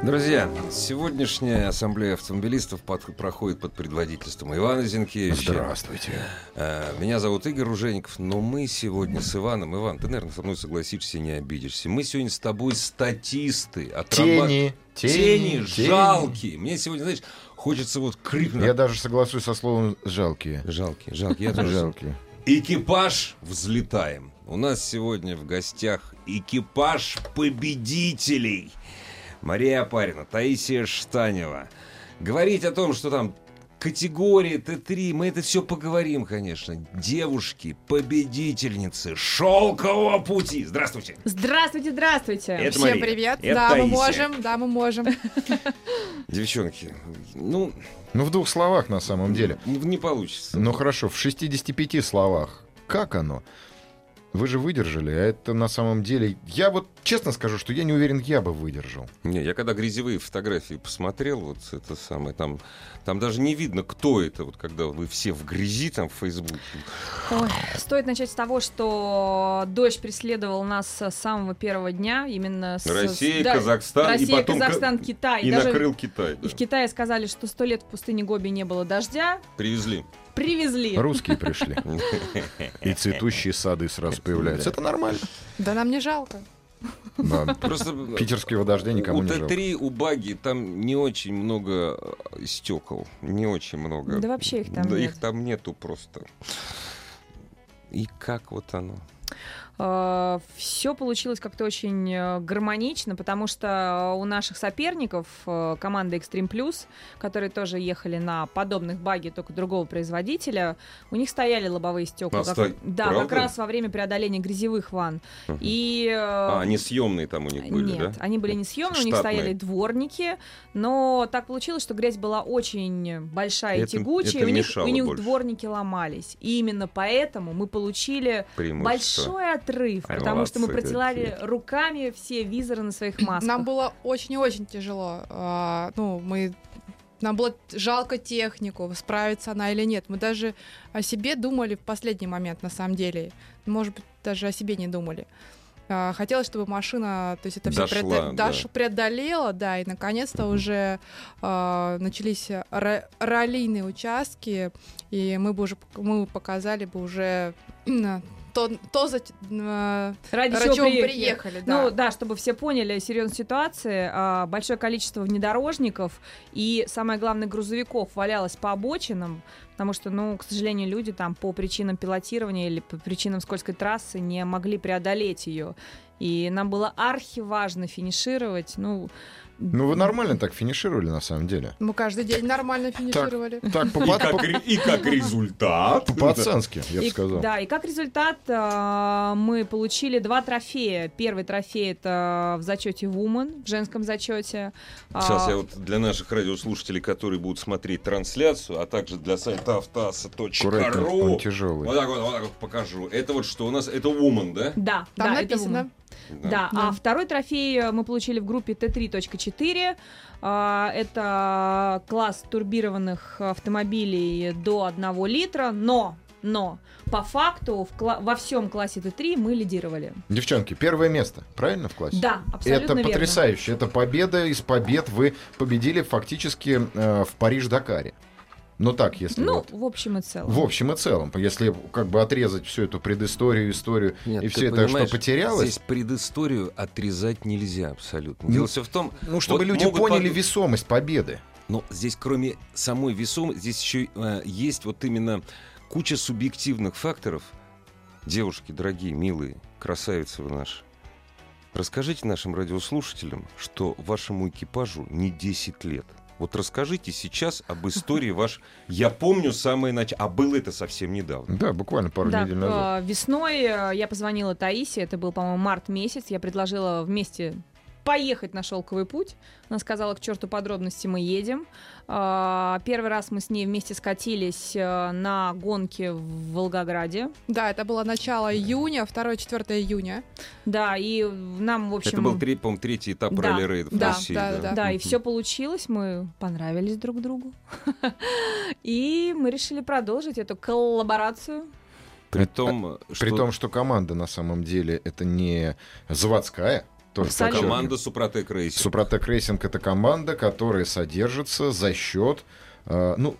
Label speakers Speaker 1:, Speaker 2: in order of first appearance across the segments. Speaker 1: Друзья, сегодняшняя ассамблея автомобилистов под- проходит под предводительством Ивана Зинкевича.
Speaker 2: Здравствуйте.
Speaker 1: Э, Меня зовут Игорь Ружеников, но мы сегодня с Иваном... Иван, ты, наверное, со мной согласишься и не обидишься. Мы сегодня с тобой статисты. отраба-
Speaker 2: Тени,
Speaker 1: Тени,
Speaker 2: тени,
Speaker 1: жалкие. Мне сегодня, знаешь, хочется вот крикнуть.
Speaker 2: Я даже согласуюсь со словом жалкие.
Speaker 1: Жалкие, жалкие. Я тоже
Speaker 2: Жалкие.
Speaker 1: Экипаж взлетаем. У нас сегодня в гостях экипаж победителей. Мария Апарина, Таисия Штанева. Говорить о том, что там категории Т3, мы это все поговорим, конечно. Девушки, победительницы шелкового пути. Здравствуйте.
Speaker 3: Здравствуйте, здравствуйте.
Speaker 1: Это
Speaker 4: Всем
Speaker 1: Мария.
Speaker 4: привет.
Speaker 1: Это
Speaker 4: да, мы
Speaker 1: Таисия.
Speaker 4: можем, да, мы можем.
Speaker 1: Девчонки, ну,
Speaker 2: Ну, в двух словах на самом деле.
Speaker 1: не получится.
Speaker 2: Ну хорошо, в 65 словах. Как оно? Вы же выдержали, а это на самом деле... Я вот честно скажу, что я не уверен, я бы выдержал.
Speaker 1: Не, я когда грязевые фотографии посмотрел, вот это самое, там, там даже не видно, кто это, вот когда вы все в грязи там в Фейсбуке.
Speaker 3: Ой, стоит начать с того, что дождь преследовал нас с самого первого дня, именно с
Speaker 1: Россия,
Speaker 3: с- да,
Speaker 1: Казахстан, и
Speaker 3: Россия,
Speaker 1: потом Ка-
Speaker 3: Казахстан, Китай.
Speaker 1: и
Speaker 3: даже
Speaker 1: накрыл Китай. да.
Speaker 3: и в Китае сказали, что сто лет в пустыне Гоби не было дождя.
Speaker 1: Привезли.
Speaker 3: Привезли.
Speaker 2: Русские пришли. И цветущие сады сразу появляются. Это нормально.
Speaker 4: Да нам не жалко.
Speaker 2: Да.
Speaker 1: Просто э,
Speaker 2: Питерские водожди никому
Speaker 1: у
Speaker 2: не жалко.
Speaker 1: Т3, у Баги там не очень много э, стекол, не очень много.
Speaker 3: Да вообще их там
Speaker 1: Да
Speaker 3: нет.
Speaker 1: их там нету просто. И как вот оно?
Speaker 3: Все э, получилось как-то очень э, гармонично, потому что у наших соперников э, команда Extreme Plus, которые тоже ехали на подобных баги, только другого производителя, у них стояли лобовые стекла.
Speaker 1: Настой-
Speaker 3: да, как
Speaker 1: А, правда?
Speaker 3: раз во время преодоления грязевых ванн.
Speaker 1: Мгм.
Speaker 3: И э,
Speaker 1: А, они съемные там у них были,
Speaker 3: нет,
Speaker 1: да? Ну,
Speaker 3: они были не съемные, у них
Speaker 1: Штатные.
Speaker 3: стояли дворники, но так получилось, что грязь была очень большая
Speaker 1: Это-
Speaker 3: и
Speaker 1: это
Speaker 3: тягучая, и у них,
Speaker 1: мешало
Speaker 3: у них
Speaker 1: больше.
Speaker 3: дворники ломались. И именно поэтому мы получили
Speaker 1: Преимущество.
Speaker 3: а Большой отрыв,
Speaker 1: Ай,
Speaker 3: потому что мы
Speaker 1: молодцы
Speaker 3: протирали
Speaker 1: какие.
Speaker 3: руками все визоры на своих масках.
Speaker 4: Нам было очень и очень тяжело. А, ну, мы... Нам было жалко технику, справится она или нет. Мы даже о себе думали в последний момент, на самом деле. Может быть, даже о себе не думали. А, Хотелось, чтобы машина, то есть это все
Speaker 1: Дошла, да.
Speaker 4: преодолела, да, и наконец-то уже а, начались ра- раллийные участки, и мы бы уже пок- мы показали бы уже то, то за, э,
Speaker 3: Ради
Speaker 4: ради
Speaker 3: чего
Speaker 4: чего
Speaker 3: приехали.
Speaker 4: приехали, да.
Speaker 3: Ну да, чтобы все поняли серьезность ситуации, а, большое количество внедорожников и, самое главное, грузовиков валялось по обочинам, потому что, ну, к сожалению, люди там по причинам пилотирования или по причинам скользкой трассы не могли преодолеть ее. И нам было архиважно финишировать. Ну,
Speaker 2: Ну вы нормально так финишировали на самом деле.
Speaker 4: Мы каждый день нормально финишировали.
Speaker 2: Так, по-
Speaker 1: И
Speaker 2: по-
Speaker 1: А как, ре- и как результат.
Speaker 2: по- по-пацански, я бы
Speaker 3: И-
Speaker 2: сказал.
Speaker 3: Да, и как результат а, мы получили два трофея. Первый трофей это в зачете Woman, в женском зачете. А,
Speaker 1: Сейчас я вот для наших радиослушателей, которые будут смотреть трансляцию, а также для сайта
Speaker 2: Аккуратненько,
Speaker 1: автоаса.ру,
Speaker 2: он тяжелый.
Speaker 1: вот так вот, вот так вот покажу. Это вот что у нас, это Woman, да?
Speaker 3: Да,
Speaker 4: Там
Speaker 3: да, это
Speaker 4: написано.
Speaker 3: Woman. Да,
Speaker 4: Да.
Speaker 3: а второй трофей э, мы получили в группе Т3.4. А, Это класс турбированных автомобилей до 1 литра, но, но по факту в кла- во всем классе Т3 мы лидировали.
Speaker 2: Девчонки, первое место, правильно в классе?
Speaker 3: Да, абсолютно
Speaker 2: Это
Speaker 3: верно.
Speaker 2: потрясающе. Это победа из побед. Вы победили фактически э, в Париж-Дакаре. Ну так, если
Speaker 3: Ну,
Speaker 2: вот.
Speaker 3: в общем и целом.
Speaker 2: В общем и целом, если как бы отрезать всю эту предысторию, историю и все это, что потерялось,
Speaker 1: Здесь предысторию отрезать нельзя абсолютно.
Speaker 2: Ну,
Speaker 1: Дело все в том,
Speaker 2: ну чтобы
Speaker 1: вот
Speaker 2: люди
Speaker 1: могут
Speaker 2: поняли
Speaker 1: подумать-
Speaker 2: весомость победы.
Speaker 1: но здесь кроме самой весомости, здесь еще есть вот именно куча субъективных факторов. Девушки, дорогие, милые, красавицы вы наши, расскажите нашим радиослушателям, что вашему экипажу не 10 лет. Вот расскажите сейчас об истории ваш. Я помню самое начало, а было это совсем недавно.
Speaker 2: Да, буквально пару
Speaker 3: Да, а,
Speaker 2: недель назад.
Speaker 3: э, весной э, я позвонила Таисе, это был, по-моему, март месяц, я предложила вместе поехать на шелковый путь. Она сказала, к черту подробности мы едем. А, Первый раз мы с ней вместе скатились э, на гонке в Волгограде.
Speaker 4: Да, это было начало июня, 2-4 июня.
Speaker 3: Да, и нам, в общем...
Speaker 1: Это был, тре- по-моему, третий этап
Speaker 3: Да.
Speaker 1: ралли рейдов
Speaker 4: Да,
Speaker 1: России.
Speaker 4: да, да,
Speaker 3: Да, и
Speaker 1: Мгм.
Speaker 3: все получилось, мы понравились друг другу. И мы решили продолжить эту коллаборацию.
Speaker 1: При том, что
Speaker 2: При том, что команда на самом деле это не заводская. тоже
Speaker 3: Абсолютно.
Speaker 2: подчеркиваю.
Speaker 1: команда Супротек Рейсинг.
Speaker 2: Супротек Рейсинг это команда, которая содержится за счет, э, ну,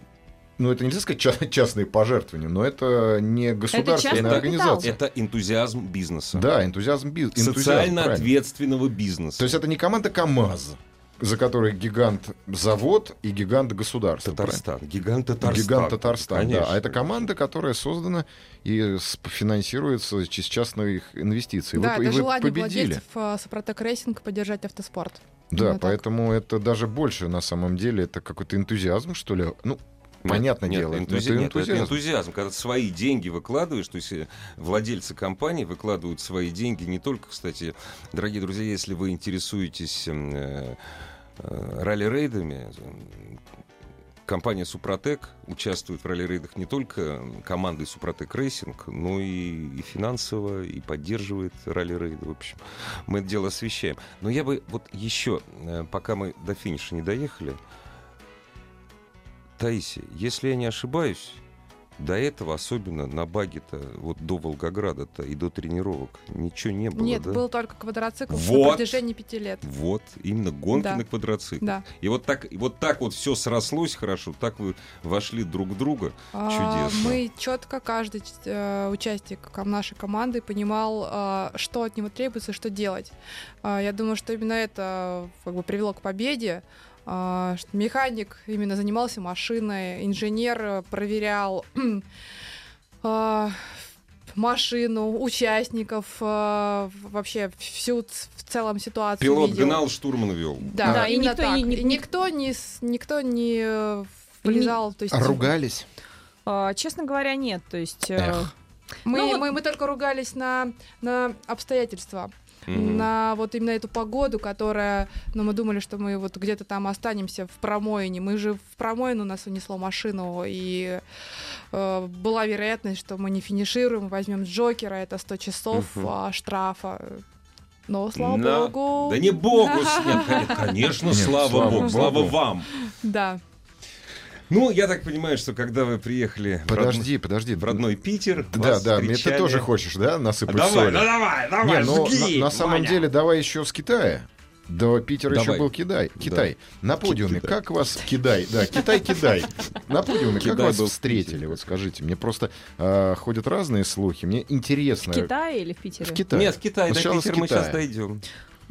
Speaker 2: ну это нельзя сказать ча- частные пожертвования, но это не государственная
Speaker 3: частный
Speaker 2: организация.
Speaker 1: Это энтузиазм бизнеса.
Speaker 2: Да, энтузиазм бизнес.
Speaker 1: Социально ответственного бизнеса.
Speaker 2: То есть это не команда КАМАЗ, за которой гигант завод и гигант государство.
Speaker 1: Татарстан. Гигант
Speaker 2: правильно?
Speaker 1: Татарстан.
Speaker 2: Гигант Татарстан, да.
Speaker 1: Конечно.
Speaker 2: А это команда, которая создана и с- финансируется из частных инвестиций.
Speaker 4: да,
Speaker 2: вы, и
Speaker 4: это
Speaker 2: вы
Speaker 4: желание
Speaker 2: победили.
Speaker 4: владельцев э, Супротек Рейсинг поддержать автоспорт.
Speaker 2: Да,
Speaker 4: Именно так.
Speaker 2: поэтому это даже больше на самом деле это какой-то энтузиазм, что ли. Ну,
Speaker 1: Нет,
Speaker 2: понятное
Speaker 1: нет,
Speaker 2: дело, это
Speaker 1: энтузи- нет, это
Speaker 2: энтузиазм.
Speaker 1: энтузиазм. Когда ты свои деньги выкладываешь, то есть э, владельцы компании выкладывают свои деньги не только, кстати, дорогие друзья, если вы интересуетесь эм, э, э, ралли-рейдами, эм, компания Супротек участвует в ралли-рейдах не только м, командой Супротек Рейсинг, но и, и финансово, и поддерживает ралли-рейды. В общем, мы это дело освещаем. Но я бы вот еще, э, пока мы до финиша не доехали, Таисия, если я не ошибаюсь, до этого, особенно на баге-то, вот до Волгограда-то и до тренировок, ничего не было,
Speaker 4: Нет,
Speaker 1: да?
Speaker 4: был только квадроцикл
Speaker 1: Вот.
Speaker 4: на протяжении пяти лет.
Speaker 1: Вот, именно гонки
Speaker 4: Да.
Speaker 1: на квадроциклах.
Speaker 4: Да.
Speaker 1: И вот так, и вот так вот все срослось хорошо, так вы вошли друг в друга.
Speaker 4: А,
Speaker 1: Чудесно.
Speaker 4: Мы четко каждый э, участник ком- нашей команды понимал, а, что от него требуется, что делать. А, Я думаю, что именно это э, как бы привело к победе. а, что Механик именно занимался машиной, инженер э, проверял а, машину, участников, а, в- вообще всю ц- в целом ситуацию.
Speaker 1: Пилот
Speaker 4: видел.
Speaker 1: гнал, штурман вел.
Speaker 4: Да,
Speaker 3: Да, и
Speaker 4: именно
Speaker 3: никто
Speaker 4: так.
Speaker 3: не-
Speaker 4: и,
Speaker 3: не-
Speaker 4: никто не с- никто не э, влезал, то есть
Speaker 2: Ругались.
Speaker 3: А, Честно говоря, нет. То есть э,
Speaker 2: Эх.
Speaker 4: Мы,
Speaker 3: Ну вот-
Speaker 4: мы, мы только ругались на, на обстоятельства,
Speaker 1: Мгм.
Speaker 4: на вот именно эту погоду, которая, ну, мы думали, что мы вот где-то там останемся в промоине. Мы же в промоину нас унесло машину, и э, была вероятность, что мы не финишируем, возьмем Джокера, это 100 часов
Speaker 1: Мгм.
Speaker 4: а, штрафа. Но, слава
Speaker 1: На-
Speaker 4: богу...
Speaker 1: Да не богу, с- нет, конечно,
Speaker 2: Нет,
Speaker 1: слава
Speaker 2: слава
Speaker 1: богу,
Speaker 2: богу.
Speaker 1: слава вам.
Speaker 4: Да.
Speaker 1: Ну, я так понимаю, что когда вы приехали в родной-
Speaker 2: Подожди, подожди.
Speaker 1: в родной Питер,
Speaker 2: Да,
Speaker 1: вас
Speaker 2: да, мне
Speaker 1: встречали-
Speaker 2: ты тоже хочешь, да,
Speaker 1: А
Speaker 2: насыпать
Speaker 1: Давай,
Speaker 2: соли?
Speaker 1: ну давай,
Speaker 2: Не,
Speaker 1: давай,
Speaker 2: ну,
Speaker 1: жги,
Speaker 2: на, на самом
Speaker 1: Ваня.
Speaker 2: деле, давай еще с Китая. До Питера
Speaker 1: Давай.
Speaker 2: еще был Китай. Китай. На подиуме,
Speaker 1: Китай.
Speaker 2: как вас... Китай, да, Китай, Китай. На подиуме, как
Speaker 1: Китай
Speaker 2: вас
Speaker 1: был в
Speaker 2: встретили,
Speaker 1: Питере.
Speaker 2: вот скажите. Мне просто э, ходят разные слухи, мне интересно.
Speaker 3: в Китае или в Питере?
Speaker 2: В Китае.
Speaker 1: Нет, в Китае, до
Speaker 2: Сначала с
Speaker 1: Питера мы
Speaker 2: Китая.
Speaker 1: сейчас дойдем.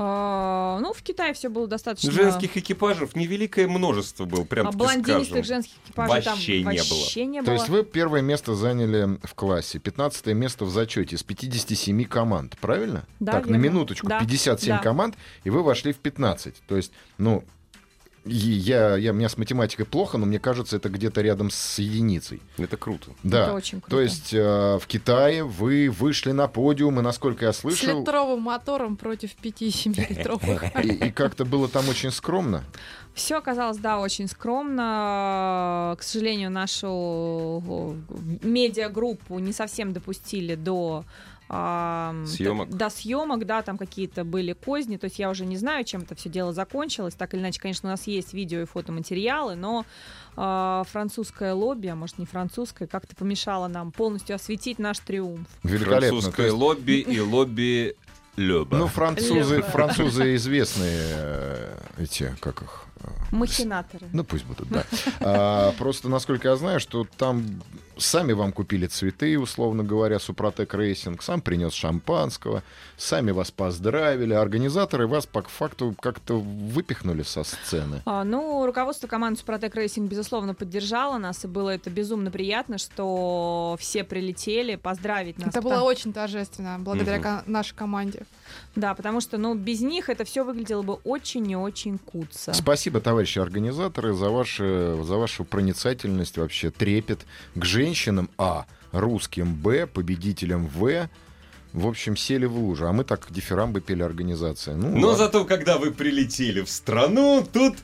Speaker 3: А, Ну, в Китае все было достаточно...
Speaker 1: Женских экипажев невеликое множество было, прям
Speaker 3: А блондинистых
Speaker 1: скажем.
Speaker 3: женских экипажей там
Speaker 1: вообще не было.
Speaker 3: вообще не
Speaker 2: То
Speaker 3: было.
Speaker 2: есть вы первое место заняли в классе, 15 место в зачете из 57 команд, правильно?
Speaker 3: Да,
Speaker 2: так, на
Speaker 3: верно.
Speaker 2: минуточку,
Speaker 3: Да,
Speaker 2: 57
Speaker 3: да.
Speaker 2: команд, и вы вошли в 15. То есть, ну, и я, я, у меня с математикой плохо, но мне кажется, это где-то рядом с единицей.
Speaker 1: Это круто.
Speaker 2: Да.
Speaker 3: Это очень круто.
Speaker 2: То есть э, в Китае вы вышли на подиум, и насколько я
Speaker 4: С
Speaker 2: слышал,
Speaker 4: литровым мотором против 5-7 литровых.
Speaker 2: и, и как-то было там очень скромно.
Speaker 3: Все оказалось, да, очень скромно. К сожалению, нашу э, медиагруппу не совсем допустили до ам,
Speaker 1: Съёмок.
Speaker 3: т- До съемок, да, там какие-то были козни. То есть я уже не знаю, чем это все дело закончилось. Так или иначе, конечно, у нас есть видео и фотоматериалы, но а, французское лобби, а может не французское, как-то помешало нам полностью осветить наш триумф.
Speaker 2: Великолепно. То
Speaker 1: Французское
Speaker 2: есть,
Speaker 1: лобби и лобби Леба.
Speaker 2: ну, французы,
Speaker 3: Лево.
Speaker 2: французы известные э, эти, как их... э,
Speaker 3: Махинаторы.
Speaker 2: Ну пусть будут, да. А, просто, насколько я знаю, что там сами вам купили цветы, условно говоря, Супротек Рейсинг, сам принес шампанского, сами вас поздравили, а организаторы вас по факту как-то выпихнули со сцены.
Speaker 3: А, Ну, руководство команды Супротек Рейсинг, безусловно, поддержало нас, и было это безумно приятно, что все прилетели поздравить нас.
Speaker 4: Это было
Speaker 3: Потому-
Speaker 4: очень торжественно, благодаря
Speaker 1: Мгм.
Speaker 4: ко- нашей команде.
Speaker 3: Да, потому что, ну, без них это все выглядело бы очень и очень куца.
Speaker 2: Спасибо, товарищи организаторы, за, ваши, за вашу проницательность, вообще трепет к женщинам, а, русским, б, победителям, в, В общем, сели в лужу, а мы так дифирамбы пели организации. Ну,
Speaker 1: Но
Speaker 2: ладно.
Speaker 1: зато, когда вы прилетели в страну, тут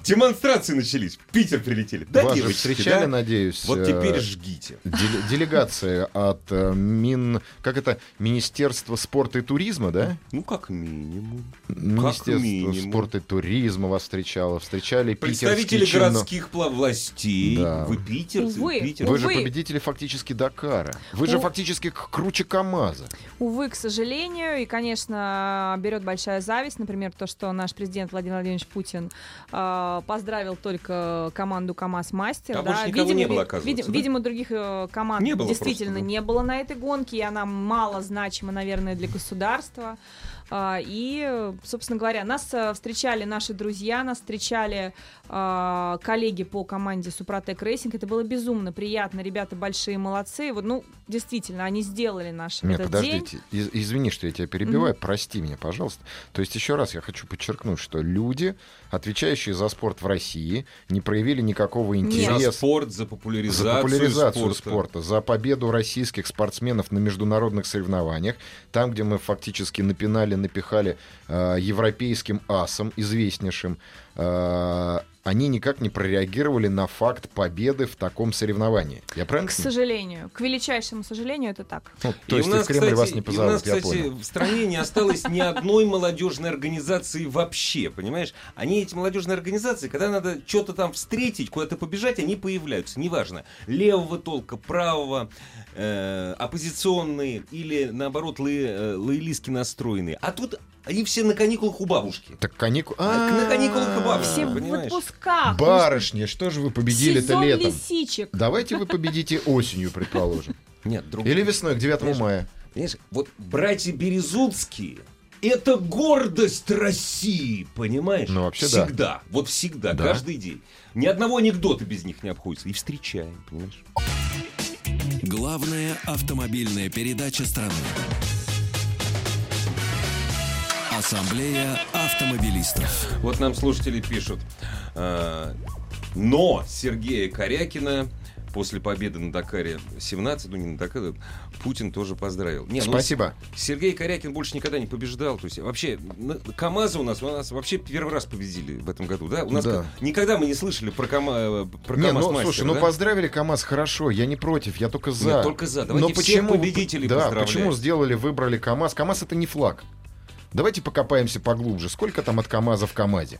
Speaker 1: демонстрации начались. В Питер прилетели. Да,
Speaker 2: Вас же
Speaker 1: девочки,
Speaker 2: встречали,
Speaker 1: да?
Speaker 2: надеюсь.
Speaker 1: Вот
Speaker 2: э,
Speaker 1: теперь жгите.
Speaker 2: деле- Делегация от э, Мин... Как это? Министерства спорта и туризма, да?
Speaker 1: Ну, как минимум.
Speaker 2: Министерство
Speaker 1: минимум.
Speaker 2: спорта и туризма вас встречало. Встречали
Speaker 1: Представители
Speaker 2: питерские чинно-
Speaker 1: городских пла- властей.
Speaker 2: Да.
Speaker 1: Вы питерцы,
Speaker 3: Увы.
Speaker 1: Питер.
Speaker 2: Вы же
Speaker 3: Увы.
Speaker 2: победители фактически Дакара. Вы же
Speaker 3: У-
Speaker 2: фактически к- круче КамАЗа.
Speaker 3: Увы, к сожалению, и, конечно, берет большая зависть, например, то, что наш президент Владимир Владимирович Путин э, поздравил только команду КАМАЗ Мастер.
Speaker 1: А больше никого не было,
Speaker 3: ви-
Speaker 1: оказывается,
Speaker 3: видим-
Speaker 1: да?
Speaker 3: видимо, других э, команд
Speaker 1: Не было
Speaker 3: действительно
Speaker 1: просто, да.
Speaker 3: не было на этой гонке, и она мало значима, наверное, для государства. А, И, э, собственно говоря, нас э, встречали наши друзья, нас встречали а, коллеги по команде Супротек Рейсинг. Это было безумно приятно. Ребята большие молодцы. Вот, ну, действительно, они сделали наш
Speaker 2: Нет,
Speaker 3: этот день.
Speaker 2: подождите. Из- извини, что я тебя перебиваю. Прости меня, пожалуйста. То есть еще раз я хочу подчеркнуть, что люди, отвечающие за спорт в России, не проявили никакого интереса.
Speaker 1: За спорт, за
Speaker 2: за
Speaker 1: популяризацию,
Speaker 2: популяризацию
Speaker 1: спорта.
Speaker 2: спорта. за победу российских спортсменов на международных соревнованиях, там, где мы фактически напинали, напихали э, европейским асом, известнейшим, э, они никак не прореагировали на факт победы в таком соревновании. Я правильно?
Speaker 3: К
Speaker 2: понимаю?
Speaker 3: сожалению, к величайшему сожалению, это так.
Speaker 2: Ну,
Speaker 1: И
Speaker 2: то есть
Speaker 1: у
Speaker 2: и
Speaker 1: нас,
Speaker 2: в Кремль
Speaker 1: кстати,
Speaker 2: вас
Speaker 1: и
Speaker 2: не
Speaker 1: у
Speaker 2: позовут,
Speaker 1: нас,
Speaker 2: я
Speaker 1: кстати,
Speaker 2: понял.
Speaker 1: в стране не осталось ни одной молодежной организации вообще, понимаешь? Они, эти молодежные организации, когда надо что-то там встретить, куда-то побежать, они появляются, неважно, левого толка, правого, э, оппозиционные или, наоборот, лои- э, лоялистски настроенные. А тут они все на каникулах у бабушки.
Speaker 2: Так каникулы...
Speaker 1: А, на каникулах и бабушки.
Speaker 3: Все
Speaker 1: понимаешь?
Speaker 3: в отпусках. ну,
Speaker 2: Барышни, что же вы победили-то
Speaker 3: Сезон
Speaker 2: летом?
Speaker 3: лисичек.
Speaker 2: Давайте вы победите осенью, предположим.
Speaker 1: Нет, друг-
Speaker 2: Или весной, к 9 мая.
Speaker 1: Понимаешь, вот братья Березуцкие это гордость России, понимаешь?
Speaker 2: Ну, вообще да.
Speaker 1: всегда, вот всегда,
Speaker 2: Да.
Speaker 1: каждый день. Ни одного анекдота без них не обходится. И встречаем, понимаешь?
Speaker 5: Главная автомобильная передача страны. Ассамблея автомобилистов.
Speaker 1: Вот нам слушатели пишут. э, но Сергея Корякина после победы на Дакаре 17, ну не на Дакаре, Путин тоже поздравил. Не, ну,
Speaker 2: Спасибо.
Speaker 1: Сергей Корякин больше никогда не побеждал. То есть вообще на- КАМАЗы у нас у нас вообще первый раз победили в этом году, да? У нас
Speaker 2: Да.
Speaker 1: к- никогда мы не слышали про, Кама- э, про
Speaker 2: Не,
Speaker 1: КАМАЗ
Speaker 2: ну,
Speaker 1: мастер,
Speaker 2: слушай,
Speaker 1: да?
Speaker 2: ну поздравили КАМАЗ, хорошо, я не против, я только за.
Speaker 1: Нет, только за. Давайте
Speaker 2: Но
Speaker 1: всех
Speaker 2: почему,
Speaker 1: победителей
Speaker 2: Да,
Speaker 1: поздравлять.
Speaker 2: почему сделали, выбрали КАМАЗ? КАМАЗ это не флаг. Давайте покопаемся поглубже. Сколько там от КАМАЗа в КАМАЗе?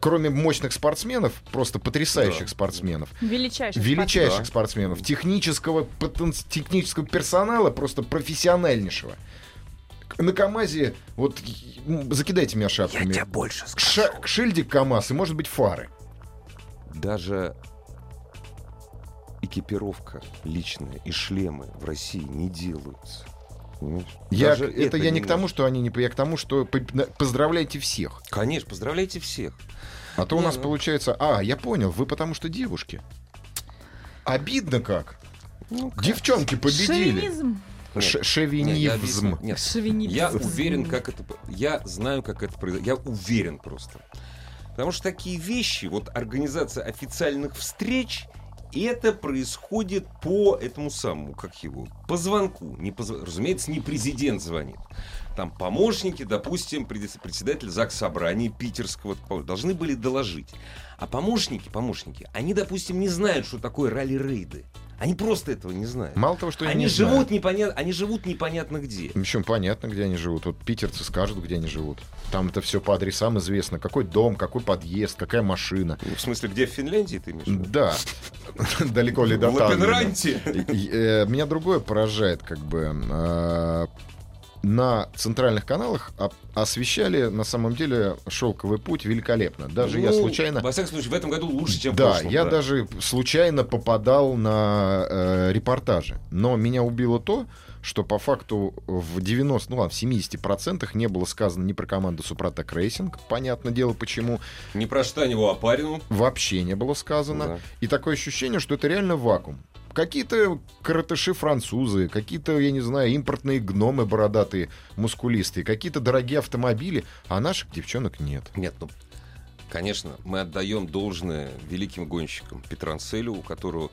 Speaker 2: Кроме мощных спортсменов, просто потрясающих
Speaker 1: Да.
Speaker 2: спортсменов,
Speaker 3: Величайший.
Speaker 2: величайших
Speaker 1: Да.
Speaker 2: спортсменов, технического, потен- технического персонала, просто профессиональнейшего. К- На КАМАЗе, вот и- м, закидайте меня шапками.
Speaker 1: больше
Speaker 2: Ша- шильдик КАМАЗ и, может быть, фары.
Speaker 1: Даже экипировка личная и шлемы в России не делаются. Понимаешь?
Speaker 2: Я,
Speaker 1: Даже
Speaker 2: к- это, я не к
Speaker 1: может.
Speaker 2: тому, что они не... п- Я к тому, что п- на- поздравляйте всех.
Speaker 1: Конечно, поздравляйте всех.
Speaker 2: А то у
Speaker 1: Не,
Speaker 2: нас
Speaker 1: ну.
Speaker 2: получается... А, я понял, вы потому что девушки. Обидно как.
Speaker 1: Ну, как-
Speaker 2: Девчонки победили.
Speaker 3: Шовинизм.
Speaker 1: Нет,
Speaker 2: Ш-
Speaker 1: нет, я объясню.
Speaker 2: Шовинизм.
Speaker 1: Нет,
Speaker 3: Шовинизм.
Speaker 1: Я уверен, как это... по- Я знаю, как это произойдет. Я уверен просто. Потому что такие вещи, вот организация официальных встреч, это происходит по этому самому, как его, по звонку. Не по зв- Разумеется, не президент звонит. Там помощники, допустим, пред- председатель ЗАГС Собрания Питерского по- должны были доложить. А помощники, помощники, они, допустим, не знают, что такое ралли-рейды. Они просто этого не знают.
Speaker 2: Мало того, что я
Speaker 1: Они
Speaker 2: не знаю.
Speaker 1: живут, непонятно, они живут непонятно где.
Speaker 2: В общем, понятно, где они живут. Вот питерцы скажут, где они живут. Там это все по адресам известно. Какой дом, какой подъезд, какая машина.
Speaker 1: Ну, В смысле, где в Финляндии ты имеешь? в виду?
Speaker 2: Да. Далеко ли до
Speaker 1: В
Speaker 2: Таллина?
Speaker 1: Лапенранте?
Speaker 2: И, э, Меня другое поражает, как бы э, на центральных каналах о- освещали на самом деле шелковый путь великолепно. Даже я
Speaker 1: Ну,
Speaker 2: случайно.
Speaker 1: Во всяком случае, в этом году лучше, чем в
Speaker 2: Да,
Speaker 1: прошлом,
Speaker 2: я даже случайно попадал на э, репортажи. Но меня убило то, что по факту в 90, ну ладно, в 70% не было сказано ни про команду Супротек Рейсинг. Понятное дело, почему.
Speaker 1: Не про Штаневу, а Парину.
Speaker 2: Вообще не было сказано.
Speaker 1: Да.
Speaker 2: И такое ощущение, что это реально вакуум. Какие-то коротыши-французы, какие-то, я не знаю, импортные гномы бородатые, мускулистые, какие-то дорогие автомобили, а наших девчонок нет.
Speaker 1: Нет, ну, конечно, мы отдаем должное великим гонщикам Петранцелю, у которого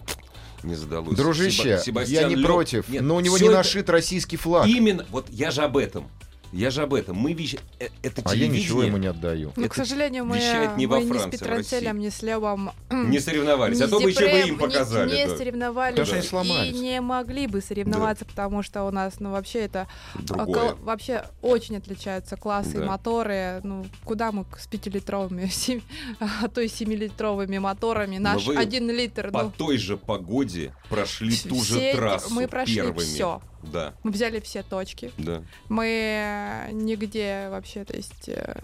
Speaker 1: не задалось.
Speaker 2: Дружище,
Speaker 1: Себа-
Speaker 2: я
Speaker 1: Себастьян
Speaker 2: не
Speaker 1: Лёб-
Speaker 2: против,
Speaker 1: Нет,
Speaker 2: но у него
Speaker 1: всё
Speaker 2: не
Speaker 1: это-
Speaker 2: нашит российский флаг.
Speaker 1: Именно, вот я же об этом. Я же об этом. Мы вещ- э, Это
Speaker 2: А я ничего ему
Speaker 1: телевидение.
Speaker 2: не отдаю.
Speaker 4: Ну,
Speaker 1: Это
Speaker 4: к сожалению, мы,
Speaker 1: вещает не
Speaker 4: мы
Speaker 1: во Франции, а в
Speaker 4: ни с Петроцелем, ни с Левом
Speaker 1: Не соревновались. А
Speaker 4: ни
Speaker 1: то
Speaker 4: с
Speaker 1: бы еще бы
Speaker 4: Депрем
Speaker 1: им
Speaker 4: не-
Speaker 1: показали.
Speaker 4: Не,
Speaker 1: да.
Speaker 4: соревновались.
Speaker 1: Потому что
Speaker 2: они сломались.
Speaker 4: И не могли бы соревноваться, потому что у нас, ну, вообще это... а,
Speaker 1: Другое.
Speaker 4: кол- Вообще очень отличаются классы,
Speaker 1: Да.
Speaker 4: моторы. Ну, куда мы к- с пятилитровыми, сем- а то и семилитровыми моторами?
Speaker 1: Но
Speaker 4: Наш
Speaker 1: вы
Speaker 4: один литр,
Speaker 1: По
Speaker 4: ну,
Speaker 1: той же погоде прошли
Speaker 4: Все
Speaker 1: ту же
Speaker 4: эти-
Speaker 1: трассу
Speaker 4: мы прошли
Speaker 1: первыми.
Speaker 4: всё.
Speaker 1: Да,
Speaker 4: мы взяли все точки.
Speaker 1: да.
Speaker 4: Мы нигде вообще, то есть, э,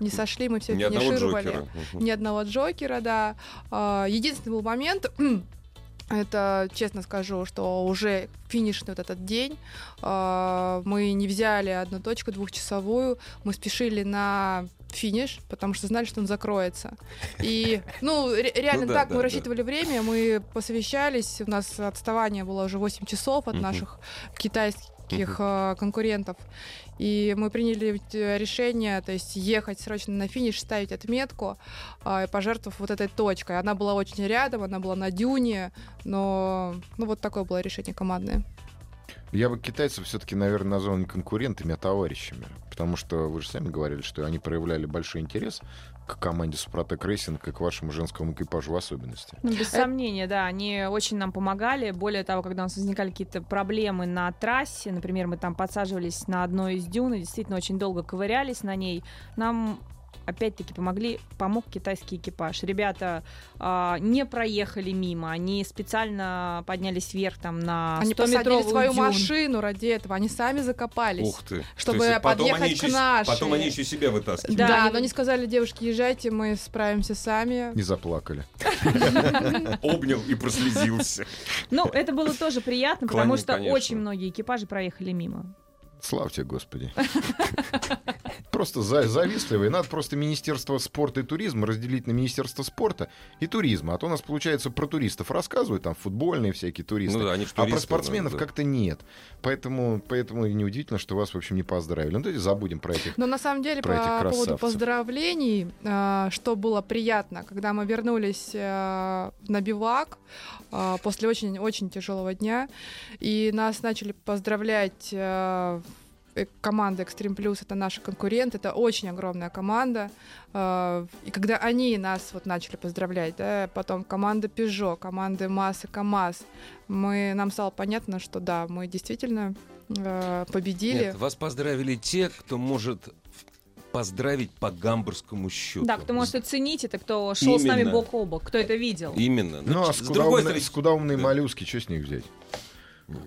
Speaker 4: не сошли, мы все
Speaker 1: Ни одного
Speaker 4: финишировали.
Speaker 1: Джокера. Мгм.
Speaker 4: ни одного Джокера, да. А, Единственный был момент, это, честно скажу, что уже финишный вот этот день, а, мы не взяли одну точку двухчасовую, мы спешили на финиш, потому что знали, что он закроется. И, ну, ре- реально
Speaker 1: да,
Speaker 4: так,
Speaker 1: да,
Speaker 4: мы
Speaker 1: да.
Speaker 4: рассчитывали время, мы посовещались, у нас отставание было уже 8 часов от
Speaker 1: Мгм.
Speaker 4: наших китайских а, конкурентов. И мы приняли э, решение, то есть ехать срочно на финиш, ставить отметку, а, и пожертвовав вот этой точкой. Она была очень рядом, она была на дюне, но ну вот такое было решение командное.
Speaker 2: Я бы китайцев все-таки, наверное, назвал не конкурентами, а товарищами. Потому что вы же сами говорили, что они проявляли большой интерес к команде Супротек Рейсинг и к вашему женскому экипажу в особенности.
Speaker 3: Ну,
Speaker 4: Э,
Speaker 3: без сомнения, да, они очень нам помогали. Более того, когда у нас возникали какие-то проблемы на трассе, например, мы там подсаживались на одной из дюн и действительно очень долго ковырялись на ней, нам опять-таки помогли, помог китайский экипаж. Ребята а, не проехали мимо, они специально поднялись вверх там на
Speaker 4: они
Speaker 3: 100
Speaker 4: посадили свою машину ради этого, они сами закопались.
Speaker 1: Ух ты.
Speaker 4: Чтобы
Speaker 1: То есть потом
Speaker 4: подъехать
Speaker 1: они
Speaker 4: к
Speaker 1: еще,
Speaker 4: нашей.
Speaker 1: Потом они еще себя вытаскивают.
Speaker 4: Да,
Speaker 3: Да,
Speaker 4: но
Speaker 3: они-
Speaker 4: они сказали, девушки, езжайте, мы справимся сами.
Speaker 2: И заплакали.
Speaker 1: Обнял и прослезился.
Speaker 3: Ну, это было тоже приятно,
Speaker 1: Клонил,
Speaker 3: потому что
Speaker 1: конечно.
Speaker 3: очень многие экипажи проехали мимо.
Speaker 2: Славьте, Господи. Просто за- завистливые. Надо просто Министерство спорта и туризма разделить на Министерство спорта и туризма. А то у нас, получается, про туристов рассказывают, там футбольные всякие туристы.
Speaker 1: Ну да, они ж
Speaker 2: А про
Speaker 1: туристы,
Speaker 2: спортсменов
Speaker 1: да.
Speaker 2: как-то нет. Поэтому, поэтому и неудивительно, что вас, в общем, не поздравили. Ну, давайте забудем про этих.
Speaker 4: Но на самом деле
Speaker 2: Про этих
Speaker 4: по поводу
Speaker 2: красавцев.
Speaker 4: поздравлений, а, что было приятно, когда мы вернулись а, на бивак а, после очень-очень тяжелого дня, и нас начали поздравлять а, э, команда Extreme Plus, это наши конкуренты, это очень огромная команда. А, И когда они нас вот начали поздравлять, да, потом команда Peugeot, команды Масса, КамАЗ, мы, нам стало понятно, что да, мы действительно э, победили.
Speaker 1: Нет, вас поздравили те, кто может поздравить по гамбургскому счету.
Speaker 3: Да, кто может оценить это, кто шел с нами
Speaker 1: Именно.
Speaker 3: бок о бок, кто это видел.
Speaker 1: Именно.
Speaker 2: Ну, а
Speaker 1: с
Speaker 2: с куда,
Speaker 1: другой
Speaker 2: умные,
Speaker 1: стороны...
Speaker 2: с куда умные
Speaker 1: Да.
Speaker 2: моллюски, что с них взять?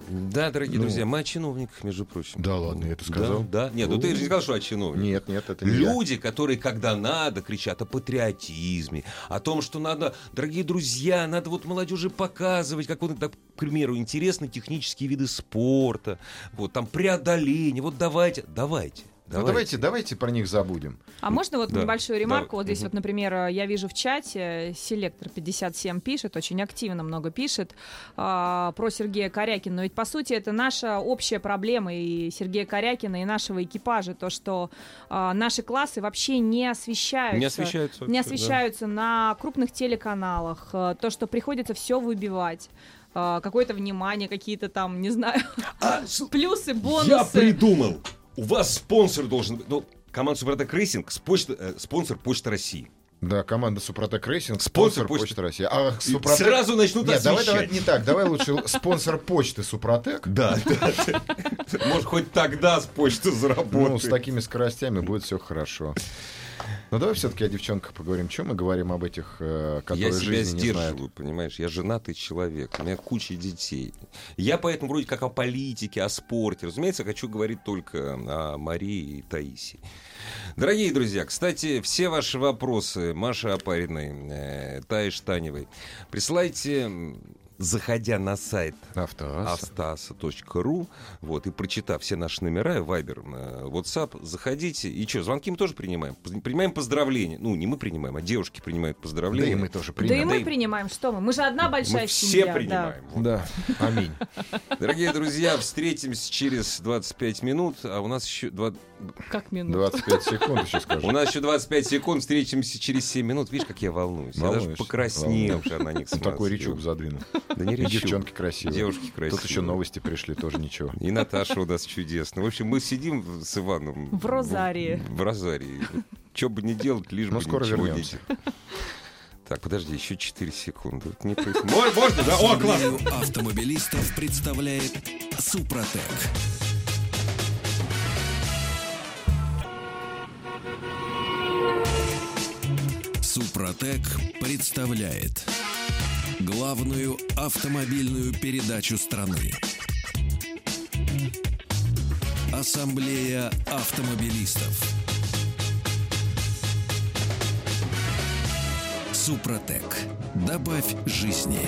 Speaker 1: Да, дорогие
Speaker 2: Ну.
Speaker 1: друзья, мы о чиновниках, между прочим.
Speaker 2: Да ладно, я это
Speaker 1: Да,
Speaker 2: сказал?
Speaker 1: Да, нет, ну ты же не сказал, что о чиновниках.
Speaker 2: Нет, нет, это не я. Ну,
Speaker 1: Люди, которые, когда надо, кричат о патриотизме, о том, что надо, дорогие друзья, надо вот молодежи показывать, как вот, это, к примеру, интересны технические виды спорта, вот там преодоление, вот давайте, давайте.
Speaker 2: Ну,
Speaker 1: давайте.
Speaker 2: давайте, давайте про них забудем.
Speaker 3: А можно вот
Speaker 1: Да.
Speaker 3: небольшую ремарку?
Speaker 1: Давай.
Speaker 3: Вот здесь
Speaker 1: Мгм.
Speaker 3: вот, например, э, я вижу в чате, э, Селектор 57 пишет, очень активно много пишет а, про Сергея Корякина. Но ведь, по сути, это наша общая проблема и Сергея Корякина, и нашего экипажа, то, что а, наши классы вообще не освещаются.
Speaker 1: Не освещаются.
Speaker 3: не
Speaker 1: вообще, да.
Speaker 3: освещаются на крупных телеканалах. э, То, что приходится все выбивать. э, Какое-то внимание, какие-то там, не знаю,
Speaker 1: А, сл-
Speaker 3: плюсы,
Speaker 1: Я
Speaker 3: бонусы.
Speaker 1: придумал. У вас спонсор должен быть. Ну, команда Супротек Рейсинг, с почты- э, спонсор Почта России.
Speaker 2: Да, команда Супротек Рейсинг,
Speaker 1: Спонсор
Speaker 2: спонсор,
Speaker 1: почты.
Speaker 2: Почта России. А
Speaker 1: И
Speaker 2: Супротек...
Speaker 1: Сразу начнут
Speaker 2: Нет, давай, давай
Speaker 1: Ну освещать.
Speaker 2: не так. Давай лучше л- спонсор почты Супротек.
Speaker 1: Да, да, да. Может, хоть тогда с почты заработает.
Speaker 2: Ну, с такими скоростями будет все хорошо. Ну, давай все-таки о девчонках поговорим. Чем мы говорим об этих, э, которые
Speaker 1: Я себя
Speaker 2: жизни не знают?
Speaker 1: сдерживаю, понимаешь? Я женатый человек, у меня куча детей. Я поэтому вроде как о политике, о спорте. Разумеется, хочу говорить только о Марии и Таисе. Дорогие друзья, кстати, все ваши вопросы Маше Апариной, э, Тае Штаневой присылайте, м, заходя на сайт
Speaker 2: Автоасса.
Speaker 1: автоаса.ру, вот, и прочитав все наши номера, Вайбер, WhatsApp, заходите, и что, звонки мы тоже принимаем, Поз- принимаем поздравления, ну, не мы принимаем, а девушки принимают
Speaker 2: Да
Speaker 1: поздравления.
Speaker 2: и мы тоже
Speaker 3: Да и
Speaker 2: примем.
Speaker 3: мы принимаем, что мы? Мы же одна большая
Speaker 1: Мы все
Speaker 3: семья. да.
Speaker 1: принимаем. Вот.
Speaker 2: Да, аминь.
Speaker 1: Дорогие друзья, встретимся через 25 минут, а у нас еще два-
Speaker 3: Как минут.
Speaker 2: 25 секунд еще скажу.
Speaker 1: Ну. у нас еще 25 секунд, встретимся через 7 минут. Видишь, как я волнуюсь? Я даже
Speaker 2: Волнуешься,
Speaker 1: покраснел
Speaker 2: волнуешься.
Speaker 1: уже на них
Speaker 2: Он такой
Speaker 1: смотрел.
Speaker 2: речок задвинул.
Speaker 1: Да не
Speaker 2: И
Speaker 1: речу.
Speaker 2: девчонки красивые.
Speaker 1: Девушки красивые.
Speaker 2: Тут еще новости пришли, тоже ничего.
Speaker 1: И Наташа у нас чудесная. В общем, мы сидим в- с Иваном.
Speaker 3: В Розарии.
Speaker 1: В, в Розарии. Что бы ни делать, лишь
Speaker 2: Ну,
Speaker 1: бы
Speaker 2: скоро
Speaker 1: ничего не
Speaker 2: вернемся.
Speaker 1: делать. Так, подожди, еще 4 секунды. Вот не происходит. Мож- Можно, да? О, класс!
Speaker 5: Ассамблею автомобилистов представляет Супротек. Супротек представляет главную автомобильную передачу страны. Ассамблея автомобилистов. Супротек. Добавь жизни.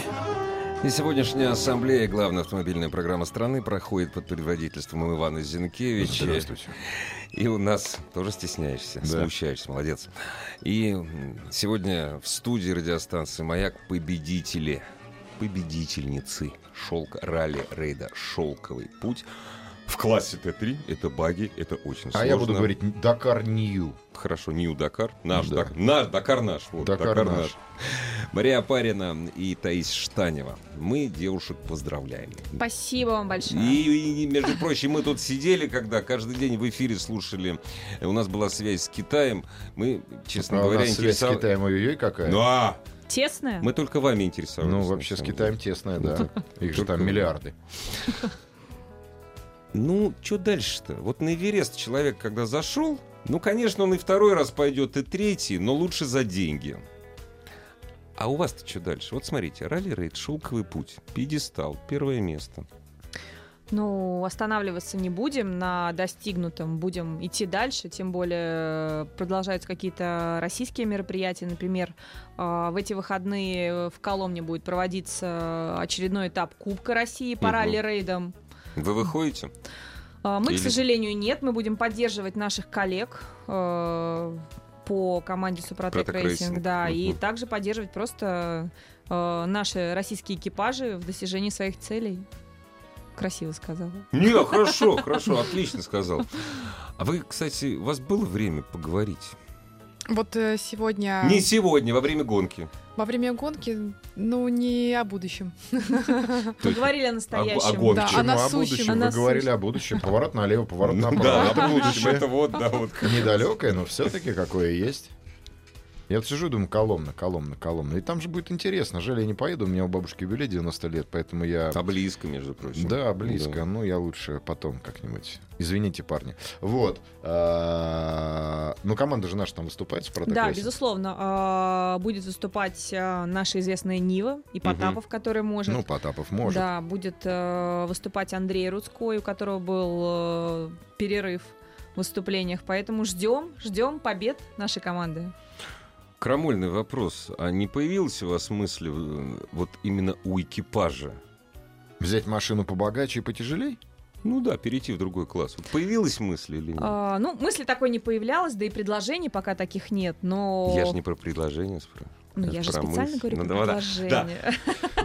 Speaker 1: И сегодняшняя ассамблея, главная автомобильная программа страны, проходит под предводительством Ивана Зинкевича.
Speaker 2: Здравствуйте.
Speaker 1: э, И у нас тоже стесняешься,
Speaker 2: Да.
Speaker 1: смущаешься, молодец. И м, сегодня в студии радиостанции «Маяк» победители, победительницы шелк ралли рейда «Шелковый путь». В классе Т3 это баги, это очень сложно.
Speaker 2: А я буду говорить н- Дакар Нью.
Speaker 1: Хорошо, Нью Дакар. Наш,
Speaker 2: Да.
Speaker 1: Дак- наш Дакар наш. Вот,
Speaker 2: Дакар наш.
Speaker 1: Мария Парина и Таис Штанева. Мы девушек поздравляем.
Speaker 3: Спасибо вам большое.
Speaker 1: И, и, между прочим, мы тут сидели, когда каждый день в эфире слушали. э, У нас была связь с Китаем. Мы, честно
Speaker 2: А у
Speaker 1: говоря,
Speaker 2: нас связь с
Speaker 1: интересовались.
Speaker 2: Китаем ой-ой какая.
Speaker 1: Ну, а,
Speaker 3: Тесная?
Speaker 1: мы только вами интересовались.
Speaker 2: Ну,
Speaker 1: на
Speaker 2: вообще с
Speaker 1: самом
Speaker 2: Китаем
Speaker 1: деле.
Speaker 2: тесная, да. Их же
Speaker 1: Только-
Speaker 2: там миллиарды.
Speaker 1: Ну, что дальше-то? Вот на Эверест человек, когда зашел, ну, конечно, он и второй раз пойдет, и третий, но лучше за деньги. А у вас-то что дальше? Вот смотрите, ралли-рейд, шелковый путь, пьедестал, первое место.
Speaker 3: Ну, останавливаться не будем на достигнутом, будем идти дальше, тем более э, продолжаются какие-то российские мероприятия, например, э, в эти выходные в Коломне будет проводиться очередной этап Кубка России по
Speaker 1: Мгм.
Speaker 3: ралли-рейдам.
Speaker 1: Вы выходите?
Speaker 3: А, Мы,
Speaker 1: Или-
Speaker 3: к сожалению, нет. Мы будем поддерживать наших коллег э, по команде Супротек
Speaker 1: Протек
Speaker 3: Рейсинг,
Speaker 1: Рейсинг.
Speaker 3: да, и
Speaker 1: Мгм.
Speaker 3: также поддерживать просто э, наши российские экипажи в достижении своих целей. Красиво сказала.
Speaker 1: Не, хорошо, хорошо, отлично сказал. А вы, кстати, у вас было время поговорить?
Speaker 4: Вот э, сегодня
Speaker 1: Не сегодня, во время гонки.
Speaker 4: во время гонки, ну, не о будущем.
Speaker 3: Мы говорили о настоящем.
Speaker 1: о гонке.
Speaker 4: Да,
Speaker 1: Почему
Speaker 2: Почему
Speaker 4: о
Speaker 2: о
Speaker 4: насущем.
Speaker 2: будущем? Вы
Speaker 3: Насущем.
Speaker 2: говорили о будущем. Поворот налево, поворот
Speaker 1: Да,
Speaker 2: направо.
Speaker 1: о будущем. Это вот, да, вот.
Speaker 2: Недалекое, но все-таки какое есть. Я вот сижу и думаю, Коломна, Коломна, Коломна. И там же будет интересно. Жаль, я не поеду, у меня у бабушки юбилей 90 лет, поэтому я...
Speaker 1: А близко, между прочим.
Speaker 2: Да, близко. Ну, я лучше потом как-нибудь. Извините, парни. Вот. А, Ну, команда же наша там выступает с
Speaker 3: Да, безусловно. а, Будет выступать а, наша известная Нива и Потапов, который может.
Speaker 2: Ну, Потапов может.
Speaker 3: Да, будет э, выступать Андрей Рудской, у которого был э, перерыв в выступлениях. Поэтому ждем, ждем побед нашей команды.
Speaker 1: Крамольный вопрос. А не появился у вас мысль э, вот именно у экипажа?
Speaker 2: Взять машину побогаче и потяжелей?
Speaker 1: Ну да, перейти в другой класс. Вот появилась мысль или нет?
Speaker 3: А, ну, мысли такой не появлялось, да и предложений пока таких нет, но...
Speaker 1: Я же не про предложение спрашиваю.
Speaker 3: Ну, я же
Speaker 1: про
Speaker 3: специально
Speaker 1: мысль.
Speaker 3: говорю
Speaker 1: Ну, да,
Speaker 3: про
Speaker 1: да.
Speaker 3: предложение.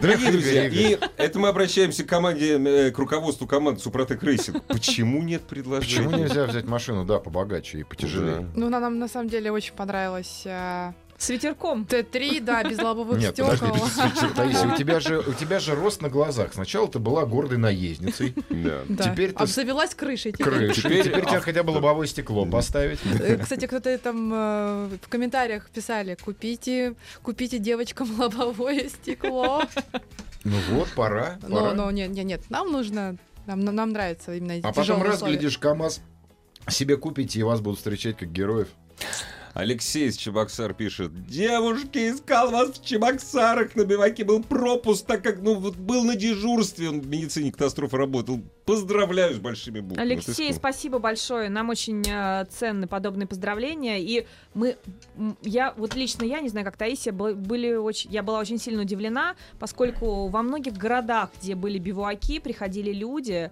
Speaker 1: Дорогие
Speaker 2: Игорь,
Speaker 1: друзья, и
Speaker 2: Игорь.
Speaker 1: это мы обращаемся к команде, э, к руководству команды Супротек Рейсинг. Почему нет предложения?
Speaker 2: Почему нельзя взять машину, да, побогаче и потяжелее?
Speaker 1: Да.
Speaker 4: Ну, она нам на самом деле очень понравилась. а,
Speaker 3: С ветерком.
Speaker 4: Т3, да, без лобовых
Speaker 2: Нет, подожди,
Speaker 4: стекол.
Speaker 2: Таисия, у тебя, же, у тебя же рост на глазах. Сначала ты была гордой наездницей,
Speaker 1: Да.
Speaker 4: Да.
Speaker 2: Теперь ты с-
Speaker 4: Обзавелась крышей. теперь.
Speaker 2: крышей.
Speaker 1: Теперь-
Speaker 2: Теперь, тебя
Speaker 1: а,
Speaker 2: хотя бы лобовое стекло поставить.
Speaker 4: Э, Кстати, кто-то там э, в комментариях писали, купите, купите девочкам лобовое стекло.
Speaker 2: Ну вот, пора.
Speaker 4: Но,
Speaker 2: пора.
Speaker 4: но нет, нет, нет, нам нужно, нам, нам, нам нравится именно эти
Speaker 2: а потом
Speaker 4: тяжелые
Speaker 2: раз,
Speaker 4: условия.
Speaker 2: глядишь, КАМАЗ себе купите, и вас будут встречать как героев.
Speaker 1: Алексей из Чебоксар пишет. Девушки, искал вас в Чебоксарах. На биваке был пропуск, так как, ну, вот был на дежурстве. Он в медицине катастроф работал. Поздравляю с большими буквами.
Speaker 3: Алексей,
Speaker 1: Ты что?
Speaker 3: спасибо большое. Нам очень э, ценны подобные поздравления. И мы, м, я вот лично я не знаю, как Таисия, бы- были очень, я была очень сильно удивлена, поскольку во многих городах, где были бивуаки, приходили люди,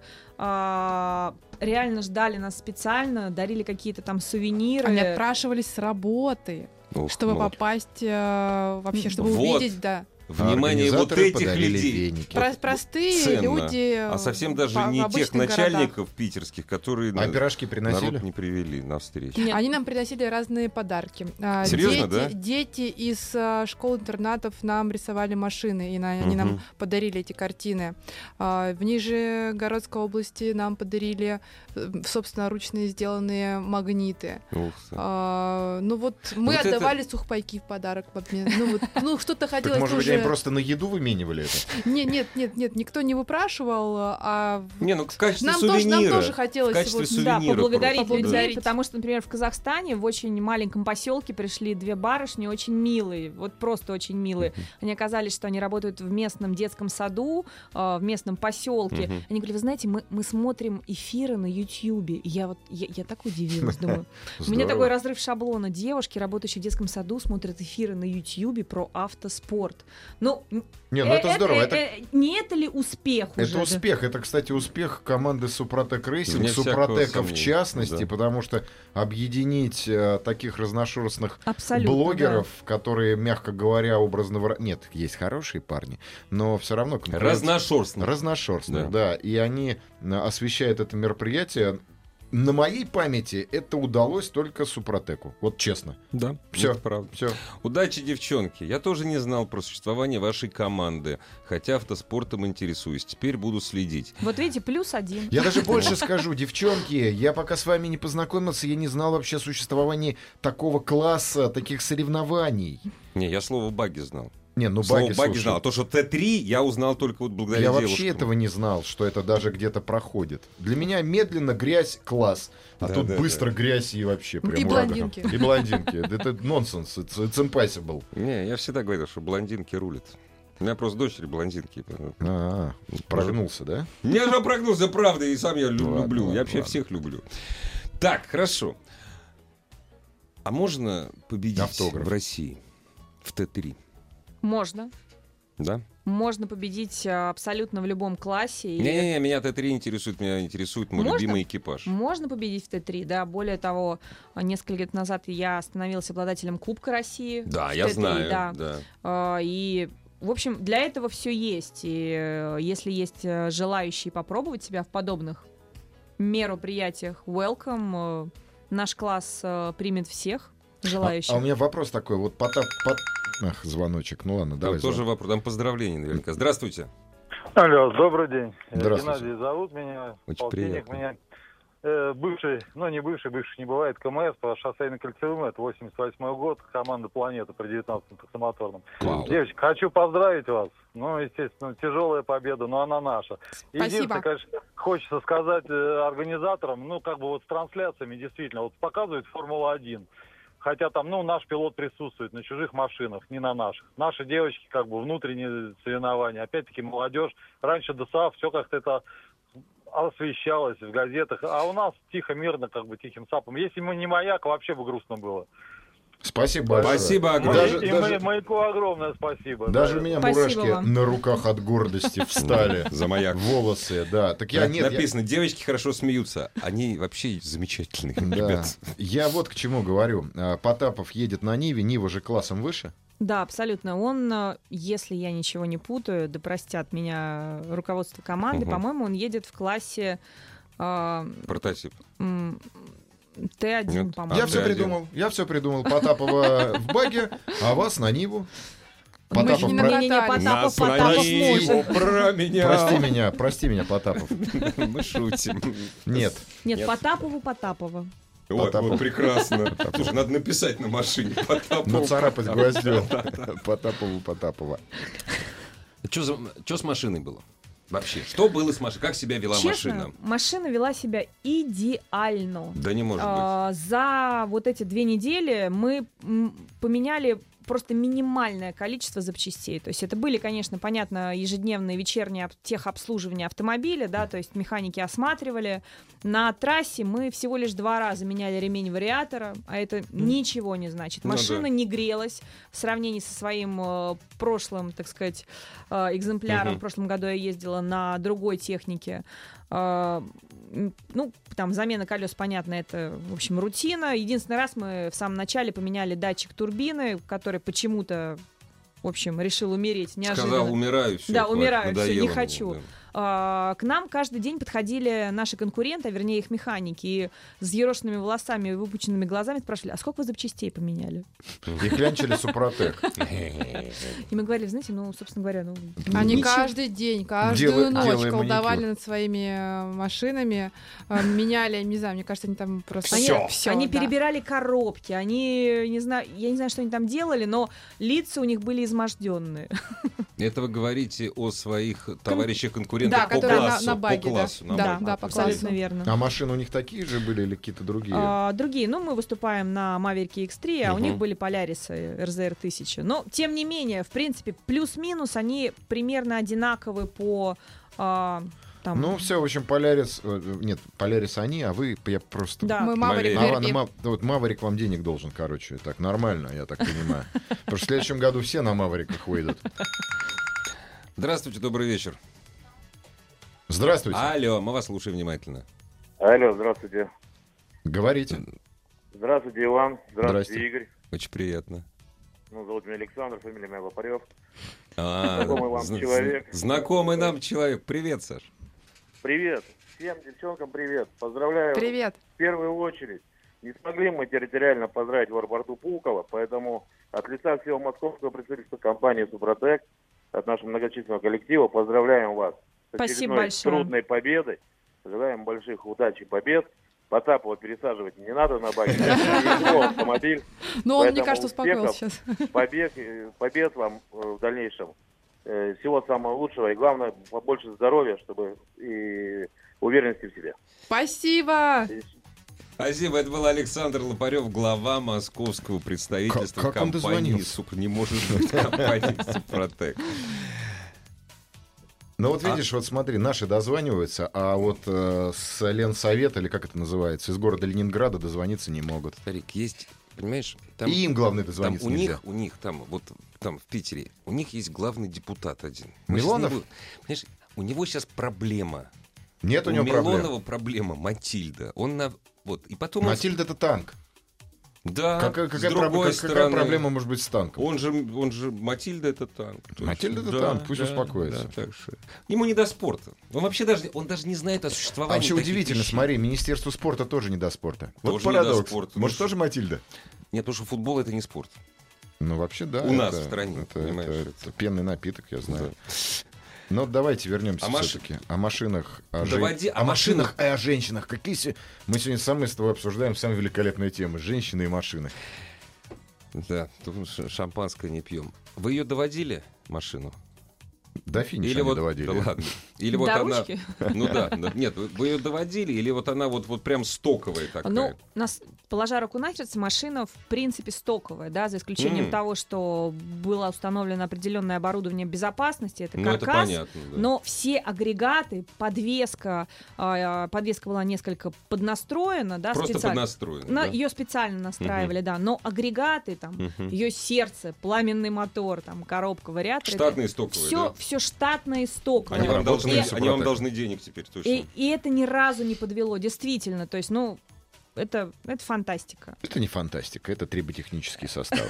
Speaker 3: а, реально ждали нас специально, дарили какие-то там сувениры.
Speaker 4: Они отпрашивались с работы,
Speaker 1: Ох,
Speaker 4: чтобы
Speaker 1: молодец.
Speaker 4: попасть э, вообще, чтобы
Speaker 1: Вот.
Speaker 4: увидеть, да.
Speaker 1: А внимание вот
Speaker 2: Организаторы
Speaker 1: этих
Speaker 2: подарили
Speaker 1: людей.
Speaker 2: веники.
Speaker 4: Про- простые
Speaker 1: Ценно.
Speaker 4: люди.
Speaker 1: А совсем
Speaker 4: в-
Speaker 1: даже
Speaker 4: Э, в
Speaker 1: не
Speaker 4: обычных
Speaker 1: тех
Speaker 4: городах.
Speaker 1: начальников питерских, которые
Speaker 2: А
Speaker 1: на-
Speaker 2: пирожки
Speaker 1: народ
Speaker 2: приносили?
Speaker 1: не привели на встречу.
Speaker 3: Нет.
Speaker 4: Они нам приносили разные подарки. А,
Speaker 1: Серьезно,
Speaker 4: дети,
Speaker 1: да?
Speaker 4: Дети из а, школ-интернатов нам рисовали машины, и на- они
Speaker 1: Мгм.
Speaker 4: нам подарили эти картины. А, В Нижегородской области нам подарили э, собственноручные сделанные магниты.
Speaker 1: Ух ты.
Speaker 4: А, ну вот мы
Speaker 1: Вот это-
Speaker 4: отдавали сухпайки в подарок в обмен. Ну, вот, ну что-то
Speaker 2: Так,
Speaker 4: хотелось
Speaker 2: может быть,
Speaker 4: тоже.
Speaker 2: они просто на еду выменивали это?
Speaker 4: Нет, нет, нет, нет, никто не выпрашивал, а
Speaker 1: Не, ну в качестве
Speaker 4: нам тоже,
Speaker 1: сувенира.
Speaker 4: нам тоже
Speaker 1: в
Speaker 4: хотелось
Speaker 1: качестве
Speaker 4: вот-
Speaker 1: сувенира.
Speaker 3: Да, поблагодарить
Speaker 4: просто.
Speaker 3: людей,
Speaker 4: Поблагодарить.
Speaker 3: потому что, например, в Казахстане в очень маленьком поселке пришли две барышни, очень милые, вот просто очень милые. Они оказались, что они работают в местном детском саду, э, в местном поселке.
Speaker 1: Мгм.
Speaker 3: Они говорили, вы знаете, мы, мы смотрим эфиры на Ютьюбе. И Я вот, я, я так удивилась, думаю. У меня
Speaker 2: Здорово.
Speaker 3: такой разрыв шаблона. Девушки, работающие в детском саду, смотрят эфиры на Ютьюбе про автоспорт. Ну,
Speaker 2: Не, ну это
Speaker 3: э,
Speaker 2: здорово.
Speaker 3: э,
Speaker 2: Это
Speaker 3: э, не это ли успех уже?
Speaker 2: Это успех. Это, кстати, успех команды Супротек Рейсинг,
Speaker 1: Вне всякого
Speaker 2: Супротека в
Speaker 1: сомнения,
Speaker 2: частности,
Speaker 1: да.
Speaker 2: потому что объединить э, таких разношерстных
Speaker 3: Абсолютно.
Speaker 2: блогеров, которые, мягко говоря, образно... выра- Нет, есть хорошие парни, но все равно... конкуренция-
Speaker 1: Разношерстно.
Speaker 2: Разношерстных, да. И они э, освещают это мероприятие. На моей памяти это удалось только Супротеку. Вот честно.
Speaker 1: Да,
Speaker 2: Всё.
Speaker 1: это правда.
Speaker 2: Все.
Speaker 1: Удачи, девчонки. Я тоже не знал про существование вашей команды, хотя автоспортом интересуюсь. Теперь буду следить.
Speaker 3: Вот видите, плюс один.
Speaker 2: Я даже больше скажу, девчонки, я пока с вами не познакомился, я не знал вообще существования такого класса, таких соревнований.
Speaker 1: Не, я слово баги знал.
Speaker 2: Не, ну
Speaker 1: слово
Speaker 2: баги, слушай,
Speaker 1: знал. А то, что Т3 я узнал только вот
Speaker 2: Я
Speaker 1: благодаря
Speaker 2: вообще
Speaker 1: девушкам.
Speaker 2: этого не знал, что это даже где-то проходит. Для меня медленно грязь класс, а
Speaker 1: Да,
Speaker 2: тут
Speaker 1: да,
Speaker 2: быстро грязь и вообще прям
Speaker 4: и
Speaker 2: ураган.
Speaker 4: блондинки.
Speaker 2: И блондинки. Это нонсенс. It's был.
Speaker 1: Не, я всегда говорил, что блондинки рулят. У меня просто дочери блондинки.
Speaker 2: А, прогнулся, да?
Speaker 1: Я же прогнулся, правда, и сам я лю-
Speaker 2: Ну ладно,
Speaker 1: люблю.
Speaker 2: ладно,
Speaker 1: я вообще
Speaker 2: ладно.
Speaker 1: всех люблю. Так, хорошо. А можно победить
Speaker 2: Автограф.
Speaker 1: в России в Т3?
Speaker 3: Можно.
Speaker 1: Да?
Speaker 3: Можно победить а, абсолютно в любом классе. и
Speaker 1: Не-не-не, меня Т3 интересует, меня интересует мой
Speaker 3: Можно?
Speaker 1: любимый экипаж.
Speaker 3: Можно победить в Т3, да. Более того, а, несколько лет назад я становился обладателем Кубка России.
Speaker 1: Да,
Speaker 3: в
Speaker 1: я
Speaker 3: Т3,
Speaker 1: знаю.
Speaker 3: да.
Speaker 1: да.
Speaker 3: А, И, в общем, для этого все есть. И э, если есть э, желающие попробовать себя в подобных мероприятиях, welcome. Э, Наш класс э, примет всех
Speaker 2: А,
Speaker 3: желающих.
Speaker 2: а у меня вопрос такой. Вот потап... Пот... Ах, звоночек. Ну ладно,
Speaker 1: Там
Speaker 2: давай.
Speaker 1: тоже
Speaker 2: звон-
Speaker 1: вопрос. Там поздравления наверняка. Здравствуйте.
Speaker 6: Алло, добрый день. Э,
Speaker 2: Здравствуйте.
Speaker 6: Геннадий зовут меня.
Speaker 1: Очень
Speaker 6: полтинник
Speaker 1: приятно.
Speaker 6: меня. Э, бывший, ну не бывший, бывший не бывает, КМС по шоссейно-кольцевым, это 88 год, команда «Планета» при 19-м таксомоторном.
Speaker 1: Вау.
Speaker 6: Девочки, хочу поздравить вас. Ну, естественно, тяжелая победа, но она наша.
Speaker 4: Спасибо.
Speaker 6: Единственное, конечно, хочется сказать э, организаторам, ну, как бы вот с трансляциями, действительно, вот показывает «Формула-1». Хотя там, ну, наш пилот присутствует на чужих машинах, не на наших. Наши девочки, как бы, внутренние соревнования. Опять-таки, молодежь. Раньше ДСАФ, все как-то это освещалось в газетах. А у нас тихо, мирно, как бы, тихим сапом. Если бы не маяк, вообще бы грустно было.
Speaker 2: Спасибо большое.
Speaker 1: Спасибо
Speaker 6: Мы-
Speaker 1: огромное.
Speaker 2: Даже-
Speaker 6: и
Speaker 2: даже-
Speaker 6: мы- маяку огромное спасибо.
Speaker 2: Даже
Speaker 6: Да.
Speaker 2: у меня
Speaker 3: Спасибо
Speaker 2: мурашки
Speaker 3: вам.
Speaker 2: на руках от гордости встали.
Speaker 1: За маяк.
Speaker 2: Волосы, да. Так я
Speaker 1: Да,
Speaker 2: нет. я-
Speaker 1: Написано, девочки хорошо смеются. Они вообще замечательные,
Speaker 2: Да.
Speaker 1: ребят.
Speaker 2: Я вот к чему говорю. А, Потапов едет на Ниве, Нива же классом выше.
Speaker 3: Да, абсолютно. Он, э, если я ничего не путаю, да простят меня э, руководство команды,
Speaker 1: Мгм.
Speaker 3: по-моему, он едет в классе э,
Speaker 1: Прототип.
Speaker 3: м, Т1,
Speaker 1: Нет. а,
Speaker 3: по-моему.
Speaker 2: Я
Speaker 1: ты
Speaker 2: все
Speaker 1: один.
Speaker 2: придумал. Я все придумал. Потапова в баге, а вас на Ниву.
Speaker 4: Мы же
Speaker 2: Потапов,
Speaker 4: не
Speaker 2: про-
Speaker 4: на-
Speaker 3: Не-не-не, Потапов,
Speaker 4: накатались.
Speaker 1: Нас
Speaker 3: Потапов
Speaker 1: на
Speaker 3: может.
Speaker 1: Ниву, про меня.
Speaker 2: Прости меня, прости меня, Потапов.
Speaker 1: Мы шутим.
Speaker 2: Нет.
Speaker 3: Нет,
Speaker 1: Нет.
Speaker 3: Потапову, Потапова.
Speaker 1: Ой,
Speaker 2: Потапов.
Speaker 1: вот прекрасно. Слушай, надо написать на машине Потапов.
Speaker 2: Нацарапать гвоздем. ну Потапову, Потапова.
Speaker 1: А Что с машиной было? Вообще, что было с машиной? Как себя вела
Speaker 3: Честно,
Speaker 1: машина?
Speaker 3: машина вела себя идеально.
Speaker 1: Да не может быть.
Speaker 3: А, За вот эти две недели мы м, поменяли просто минимальное количество запчастей. То есть это были, конечно, понятно, ежедневные вечерние об- техобслуживания автомобиля, да, то есть механики осматривали. На трассе мы всего лишь два раза меняли ремень вариатора, а это ничего не значит.
Speaker 1: Ну
Speaker 3: Машина
Speaker 1: да.
Speaker 3: не грелась в сравнении со своим э, прошлым, так сказать, э, экземпляром.
Speaker 1: Мгм.
Speaker 3: В прошлом году я ездила на другой технике. А, м, ну, там замена колес, понятно, это, в общем, рутина. Единственный раз мы в самом начале поменяли датчик турбины, который почему-то в общем, решил умереть неожиданно.
Speaker 1: Сказал, умираю, все.
Speaker 3: Да, умираю, всё, не хочу. А, К нам каждый день подходили наши конкуренты, а вернее их механики, и с ерошенными волосами и выпученными глазами спрашивали, а сколько вы запчастей поменяли?
Speaker 2: И клянчили Супротек.
Speaker 3: И мы говорили, знаете, ну, собственно говоря, ну...
Speaker 4: Они
Speaker 3: ничего».
Speaker 4: каждый день, каждую
Speaker 2: Делай-
Speaker 4: ночь
Speaker 2: делай
Speaker 4: колдовали
Speaker 2: маникюр.
Speaker 4: над своими э, машинами, э, меняли, не знаю, мне кажется, они там просто...
Speaker 3: Они,
Speaker 2: Всё.
Speaker 4: всё,
Speaker 3: они
Speaker 4: да.
Speaker 3: перебирали коробки, они не знаю, я не знаю, что они там делали, но лица у них были изможденные.
Speaker 1: Это вы говорите о своих товарищах-конкурентах
Speaker 4: Да,
Speaker 1: по
Speaker 4: которые на-
Speaker 1: классу.
Speaker 4: на баге,
Speaker 1: по
Speaker 4: да.
Speaker 1: классу, на
Speaker 4: Да,
Speaker 1: баге.
Speaker 4: да, по
Speaker 3: Абсолютно
Speaker 4: классу.
Speaker 3: верно.
Speaker 2: А машины у них такие же были или какие-то другие?
Speaker 3: А, другие, ну, мы выступаем на Маверике X3, а у
Speaker 1: Мгм.
Speaker 3: них были Полярисы РЗР-1000. Но, тем не менее, в принципе, плюс-минус они примерно одинаковы по... а, там,
Speaker 2: Ну, все, в общем, Полярис... э, Нет, Полярис они, а вы, я просто...
Speaker 3: да.
Speaker 4: Мы мама
Speaker 1: Мария.
Speaker 2: А ладно, Ма- да вот Маврик вам денег должен, короче. Так нормально, я так понимаю. Потому что в следующем году все на Мавриках выйдут.
Speaker 1: Здравствуйте, добрый вечер.
Speaker 2: Здравствуйте.
Speaker 1: Алло, мы вас слушаем внимательно.
Speaker 7: Алло, здравствуйте.
Speaker 2: Говорите.
Speaker 7: Здравствуйте, Иван. Здравствуйте,
Speaker 2: Здрасте.
Speaker 7: Игорь.
Speaker 1: Очень приятно.
Speaker 7: Ну, зовут меня Александр, фамилия моя Лопарев.
Speaker 1: А,
Speaker 7: Знакомый вам
Speaker 1: зн-
Speaker 7: человек.
Speaker 1: зн- Знакомый нам человек. Привет, Саш.
Speaker 7: Привет. Всем девчонкам привет. Поздравляю.
Speaker 4: Привет.
Speaker 7: В первую очередь. Не смогли мы территориально поздравить в аэропорту Пулково, поэтому от лица всего московского представительства компании «Супротек», от нашего многочисленного коллектива, поздравляем вас с
Speaker 3: Спасибо
Speaker 7: очередной
Speaker 3: большое.
Speaker 7: трудной победой. Желаем больших удач и побед. Потапова пересаживать не надо на баги. Его автомобиль.
Speaker 4: Но он, мне
Speaker 7: Поэтому
Speaker 4: кажется, успокоился сейчас.
Speaker 7: побед, э, побед вам э, в дальнейшем. Э, Всего самого лучшего и главное побольше здоровья, чтобы и уверенности в себе.
Speaker 4: Спасибо.
Speaker 1: Спасибо, это был Александр Лопарев, глава московского представительства
Speaker 2: Как- как он
Speaker 1: компании
Speaker 2: дозвонился?
Speaker 1: «Суп- не может быть компании «Супротек».
Speaker 2: Ну
Speaker 1: А?
Speaker 2: вот видишь, вот смотри, наши дозваниваются, а вот э, с Ленсовета, или как это называется, из города Ленинграда дозвониться не могут.
Speaker 1: Старик, есть, понимаешь, там,
Speaker 2: И им, главное,
Speaker 1: там
Speaker 2: дозвониться
Speaker 1: у
Speaker 2: нельзя.
Speaker 1: них, у них там, вот там в Питере, у них есть главный депутат один.
Speaker 2: Ну,
Speaker 1: сейчас
Speaker 2: Милонов?
Speaker 1: не будем- Понимаешь, у него сейчас проблема.
Speaker 2: Нет у него проблем.
Speaker 1: Милонова проблема, Матильда. Он на... Вот, и потом... он-
Speaker 2: Матильда это танк.
Speaker 1: Да,
Speaker 2: Как-
Speaker 1: с
Speaker 2: какая,
Speaker 1: другой
Speaker 2: проб- как- какая
Speaker 1: стороны.
Speaker 2: проблема может быть с танком?
Speaker 1: Он же, он же Матильда это танк. То есть,
Speaker 2: Матильда это танк, пусть успокоится.
Speaker 1: да, так что- Ему не до спорта. Он вообще даже, он даже не знает о
Speaker 2: А
Speaker 1: существовании.
Speaker 2: вообще
Speaker 1: таких
Speaker 2: удивительно,
Speaker 1: вещей.
Speaker 2: смотри, Министерство спорта тоже не до спорта. вот
Speaker 1: Тоже не до
Speaker 2: парадокс.
Speaker 1: спорта, ну
Speaker 2: Может,
Speaker 1: что?
Speaker 2: тоже Матильда?
Speaker 1: Нет, потому что футбол это не спорт.
Speaker 2: Ну, вообще, да.
Speaker 1: У нас в стране,
Speaker 2: Это,
Speaker 1: понимаешь,
Speaker 2: это-
Speaker 1: это-
Speaker 2: это пенный напиток, я знаю. Но давайте вернемся
Speaker 1: А маш-
Speaker 2: все-таки. О машинах. О, жен-
Speaker 1: Доводи-
Speaker 2: о
Speaker 1: о
Speaker 2: машинах и о женщинах. Какие се- Мы сегодня самые с тобой обсуждаем самые великолепные темы. Женщины и машины.
Speaker 1: Да, тут ш- шампанское не пьем. Вы ее доводили машину?
Speaker 2: До финиша они
Speaker 1: вот
Speaker 2: доводили.
Speaker 1: Да ладно. Или вот
Speaker 3: До
Speaker 1: она.
Speaker 3: ручки?
Speaker 1: Ну да, да. нет, вы- вы ее доводили, или вот она вот вот прям стоковая такая.
Speaker 3: Ну, у нас, положа руку на сердце, машина, в принципе, стоковая, да, за исключением
Speaker 1: М.
Speaker 3: того, что было установлено определенное оборудование безопасности, это
Speaker 1: Ну, это
Speaker 3: каркас,
Speaker 1: понятно. да.
Speaker 3: Но все агрегаты, подвеска, а, подвеска была несколько поднастроена, да,
Speaker 1: Просто
Speaker 3: специально.
Speaker 1: поднастроен. да.
Speaker 3: Ее специально настраивали, да. Но агрегаты, там,
Speaker 1: Мгм.
Speaker 3: ее сердце, пламенный мотор, там, коробка, вариатор.
Speaker 1: Штатные стоковые.
Speaker 3: Все,
Speaker 1: да.
Speaker 3: все штатное и стоковое.
Speaker 1: Они, вам
Speaker 2: Работают
Speaker 1: должны,
Speaker 3: и,
Speaker 1: они
Speaker 2: с
Speaker 1: вам
Speaker 2: аппаратами.
Speaker 1: должны денег теперь точно.
Speaker 3: и- и это ни разу не подвело, действительно. То есть, ну, это, это фантастика.
Speaker 2: Это не фантастика, это триботехнический состав.